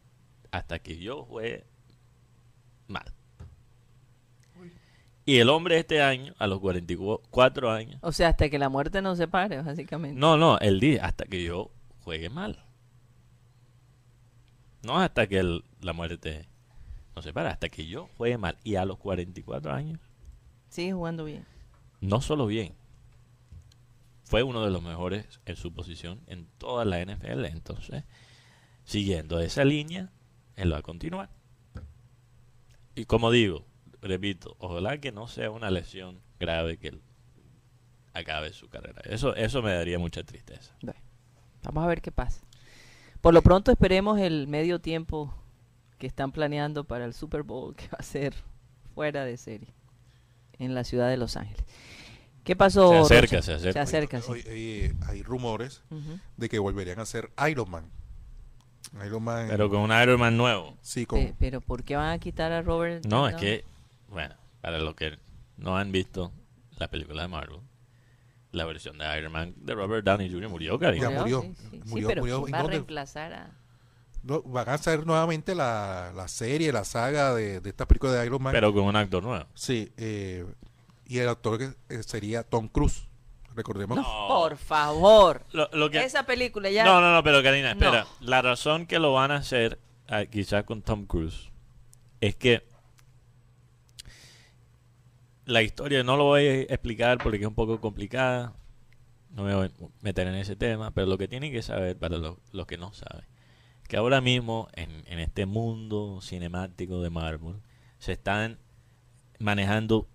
Speaker 3: hasta que yo juegue mal. Y el hombre este año, a los 44 años,
Speaker 2: O sea, hasta que la muerte nos separe, básicamente.
Speaker 3: no, no, él dijo, hasta que yo juegue mal. No hasta que el- la muerte no se para, hasta que yo juegue mal. Y a los 44 años,
Speaker 2: Sigue jugando bien.
Speaker 3: no solo bien, fue uno de los mejores en su posición en toda la NFL. Entonces, siguiendo esa línea, él va a continuar. Y como digo, repito, ojalá que no sea una lesión grave que él acabe su carrera. Eso, eso me daría mucha tristeza.
Speaker 2: Bueno, vamos a ver qué pasa. Por lo pronto esperemos el medio tiempo que están planeando para el Super Bowl, que va a ser fuera de serie, en la ciudad de Los Ángeles. ¿Qué pasó?
Speaker 3: Se acerca,
Speaker 2: Rocha?
Speaker 3: se acerca.
Speaker 2: Se acerca, sí.
Speaker 6: Hoy- hoy eh, hay rumores
Speaker 2: Ujú.
Speaker 6: de que volverían a ser Iron Man. Iron Man.
Speaker 3: Pero con un Iron Man nuevo.
Speaker 6: sí, con-
Speaker 2: Pe- Pero ¿por qué van a quitar a Robert?
Speaker 3: No, es
Speaker 2: Downey?
Speaker 3: que, bueno, para los que no han visto la película de Marvel, la versión de Iron Man de Robert Downey Jr. murió, cariño.
Speaker 6: Ya murió,
Speaker 2: Sí, sí, sí. Sí,
Speaker 6: murió,
Speaker 2: pero
Speaker 6: murió.
Speaker 2: ¿quién
Speaker 6: ¿Y
Speaker 2: va a
Speaker 6: dónde?
Speaker 2: reemplazar a...?
Speaker 6: no, van a hacer nuevamente la, la serie, la saga de, de esta película de Iron Man.
Speaker 3: Pero con un actor nuevo.
Speaker 6: sí, eh, y el actor que eh, sería Tom Cruise. Recordemos
Speaker 2: No,
Speaker 6: que
Speaker 2: por favor.
Speaker 3: Lo, lo que...
Speaker 2: Esa película ya...
Speaker 3: No, no, no, pero Karina,
Speaker 2: No.
Speaker 3: espera. La razón que lo van a hacer, ah, quizás con Tom Cruise, es que la historia no lo voy a explicar porque es un poco complicada. No me voy a meter en ese tema, pero lo que tienen que saber para lo- los que no saben, que ahora mismo en, en este mundo cinemático de Marvel se están manejando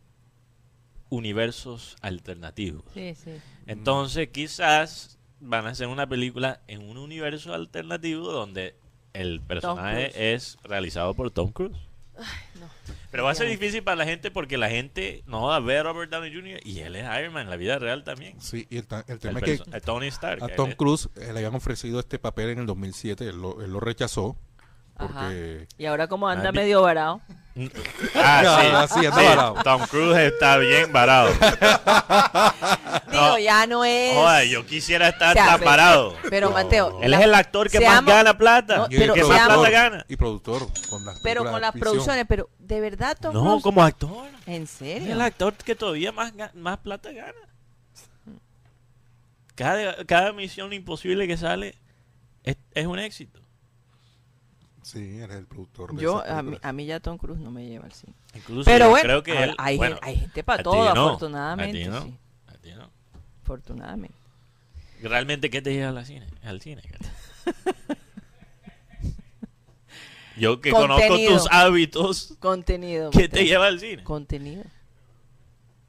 Speaker 3: universos alternativos.
Speaker 2: Sí, sí.
Speaker 3: Entonces, quizás van a hacer una película en un universo alternativo donde el
Speaker 2: Cruise.
Speaker 3: personaje es realizado por Tom Cruise.
Speaker 2: no.
Speaker 3: Pero va a ser difícil para la gente porque la gente no va a ver a Robert Downey Jr. y él es Iron Man en la vida real también.
Speaker 6: Sí, y el, ta- el
Speaker 3: El
Speaker 6: tema es
Speaker 3: perso-
Speaker 6: que
Speaker 3: a Tony Stark.
Speaker 6: a
Speaker 3: él
Speaker 6: Tom
Speaker 3: es-
Speaker 6: Cruise eh, le habían ofrecido este papel en el 2007, él lo, él lo rechazó. Porque
Speaker 2: Y ahora como anda
Speaker 3: Nadie-
Speaker 2: medio varado.
Speaker 3: Ah, sí.
Speaker 6: Sí, anda
Speaker 3: Sí,
Speaker 6: varado.
Speaker 3: Tom Cruise está bien varado.
Speaker 2: Digo, ya no es...
Speaker 3: Joder, yo quisiera estar
Speaker 2: O sea,
Speaker 3: tan
Speaker 2: pero-
Speaker 3: varado.
Speaker 2: Pero Mateo,
Speaker 3: Él
Speaker 2: la-
Speaker 3: es el actor que más
Speaker 2: seamos-
Speaker 3: gana plata.
Speaker 2: No,
Speaker 6: y el
Speaker 2: pero
Speaker 3: que
Speaker 2: seamos-
Speaker 3: más
Speaker 6: productor-
Speaker 3: plata gana.
Speaker 6: Y productor con las
Speaker 2: pero
Speaker 6: películas
Speaker 2: con
Speaker 6: de
Speaker 2: las
Speaker 6: ficción.
Speaker 2: producciones, pero de verdad Tom
Speaker 3: No,
Speaker 2: Cruise?
Speaker 3: como actor.
Speaker 2: ¿En
Speaker 3: Es
Speaker 2: serio?
Speaker 3: el actor que todavía más, ga- más plata gana. Cada, cada misión imposible que sale es, es un éxito.
Speaker 6: Sí, él es el productor. de
Speaker 2: Yo
Speaker 6: esas
Speaker 2: a mí,
Speaker 6: películas.
Speaker 2: a mí ya Tom Cruise no me lleva al cine.
Speaker 3: Incluso
Speaker 2: Pero
Speaker 3: Pues
Speaker 2: bueno,
Speaker 3: yo creo que
Speaker 2: ahora
Speaker 3: él-
Speaker 2: hay,
Speaker 3: bueno,
Speaker 2: hay gente
Speaker 3: a
Speaker 2: para
Speaker 3: ti
Speaker 2: todo,
Speaker 3: no,
Speaker 2: afortunadamente.
Speaker 3: a ti no,
Speaker 2: sí,
Speaker 3: a ti no.
Speaker 2: afortunadamente.
Speaker 3: Realmente, ¿qué te lleva al cine? Al cine Cata? Yo que
Speaker 2: Contenido.
Speaker 3: conozco tus hábitos,
Speaker 2: Contenido.
Speaker 3: ¿qué
Speaker 2: Mateo.
Speaker 3: te lleva al cine?
Speaker 2: Contenido.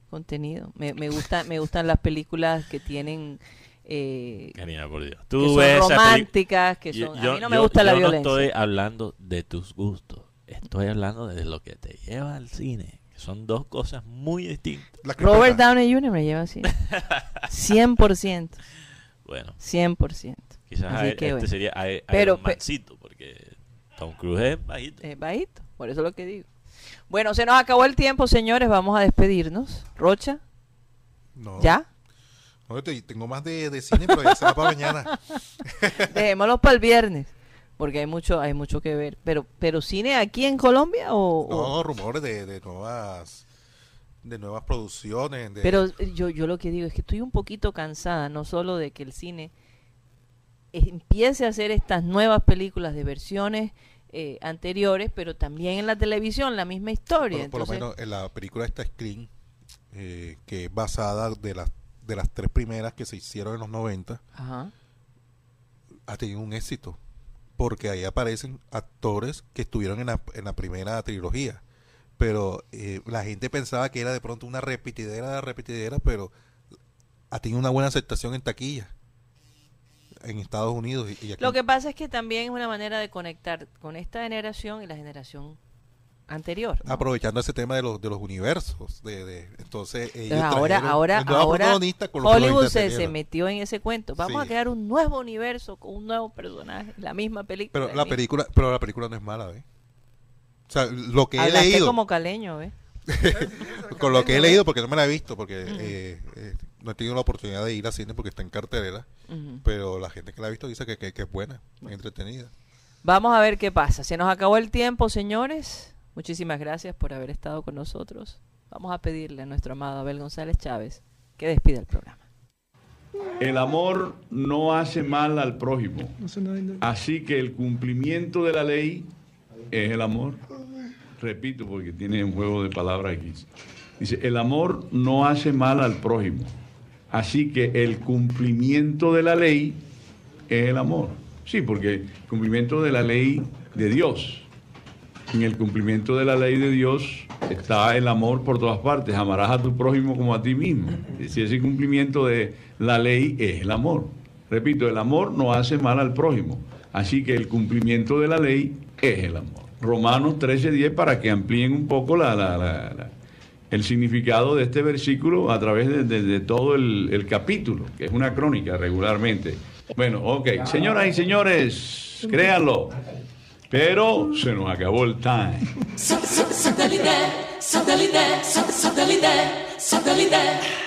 Speaker 2: Contenido. Me, me, gusta, me gustan las películas que tienen... eh,
Speaker 3: Karina, por Dios.
Speaker 2: que
Speaker 3: Tú
Speaker 2: son
Speaker 3: ves esa peli-
Speaker 2: románticas, que son... a mí no me gusta la
Speaker 3: yo
Speaker 2: violencia.
Speaker 3: No estoy hablando de tus gustos, estoy hablando de lo que te lleva al cine, que son dos cosas muy distintas.
Speaker 6: La cripta-
Speaker 2: Robert Downey Jr. me lleva al cine. 100%.
Speaker 3: Bueno,
Speaker 2: 100%.
Speaker 3: quizás
Speaker 2: Así
Speaker 3: a-
Speaker 2: que
Speaker 3: este
Speaker 2: bueno.
Speaker 3: sería a- Iron
Speaker 2: Pero, pe-
Speaker 3: Mancito, porque Tom Cruise es bajito.
Speaker 2: Eh, bajito, por eso es lo que digo. Bueno, se nos acabó el tiempo, señores, vamos a despedirnos. Rocha,
Speaker 6: No,
Speaker 2: ¿ya?
Speaker 6: no, yo te- tengo más de, de cine, pero ya será para mañana.
Speaker 2: Dejémoslo para el viernes, porque hay mucho hay mucho que ver. Pero pero cine aquí en Colombia o... o-
Speaker 6: No, rumores de, de nuevas de nuevas producciones. De,
Speaker 2: Pero eh, yo, yo lo que digo es que estoy un poquito cansada, no solo de que el cine eh, empiece a hacer estas nuevas películas de versiones eh, anteriores, pero también en la televisión la misma historia.
Speaker 6: Por, por lo
Speaker 2: Entonces,
Speaker 6: menos en la película esta Screen, eh, que es basada de las, de las tres primeras que se hicieron en los 90,
Speaker 2: ajá.
Speaker 6: ha tenido un éxito. Porque ahí aparecen actores que estuvieron en la, en la primera trilogía. Pero eh, la gente pensaba que era de pronto una repetidera de repetidera, pero ha tenido una buena aceptación en taquilla. En Estados Unidos y, y aquí.
Speaker 2: Lo que pasa es que también es una manera de conectar con esta generación y la generación anterior. ¿no?
Speaker 6: aprovechando ese tema de los de los universos de, de- entonces ellos
Speaker 2: Entonces, ahora,
Speaker 6: trajeron
Speaker 2: ahora,
Speaker 6: el nuevo
Speaker 2: ahora
Speaker 6: protagonista con los que lo
Speaker 2: Hollywood se, se
Speaker 6: entretuvieron.
Speaker 2: metió en ese cuento. Vamos a
Speaker 6: Sí.
Speaker 2: crear un nuevo universo con un nuevo personaje, la misma película. ¿eh?
Speaker 6: pero
Speaker 2: el
Speaker 6: la
Speaker 2: mismo-
Speaker 6: película pero la película no es mala ¿eh? o sea lo que he
Speaker 2: Hablaste
Speaker 6: leído
Speaker 2: como caleño, ¿ves?
Speaker 6: con lo que he leído porque no me la he visto porque eh, eh, no he tenido la oportunidad de ir al cine porque está en cartelera
Speaker 2: Ujú.
Speaker 6: pero la gente que la ha visto dice que, que- que es buena entretenida
Speaker 2: Vamos a ver qué pasa. Se nos acabó el tiempo, señores. Muchísimas gracias por haber estado con nosotros. Vamos a pedirle a nuestro amado Abel González Chávez que despida el programa.
Speaker 7: El amor no hace mal al prójimo.
Speaker 4: No sé nada de-
Speaker 7: Así que el cumplimiento de la ley es el amor. Repito, porque tiene un juego de palabras aquí. Dice, el amor no hace mal al prójimo. Así que el cumplimiento de la ley es el amor. Sí, porque el cumplimiento de la ley de Dios. En el cumplimiento de la ley de Dios está el amor por todas partes. Amarás a tu prójimo como a ti mismo. Si ese cumplimiento de la ley es el amor. Repito, el amor no hace mal al prójimo. Así que el cumplimiento de la ley es el amor. Romanos 13:10 para que amplíen un poco la- la- la- la- el significado de este versículo a través de, de- de todo el, el capítulo, que es una crónica regularmente. Bueno, ok. Señoras y señores, créanlo. Pero se nos acabó el time.
Speaker 8: Satellite, satellite, satellite, satellite, satellite.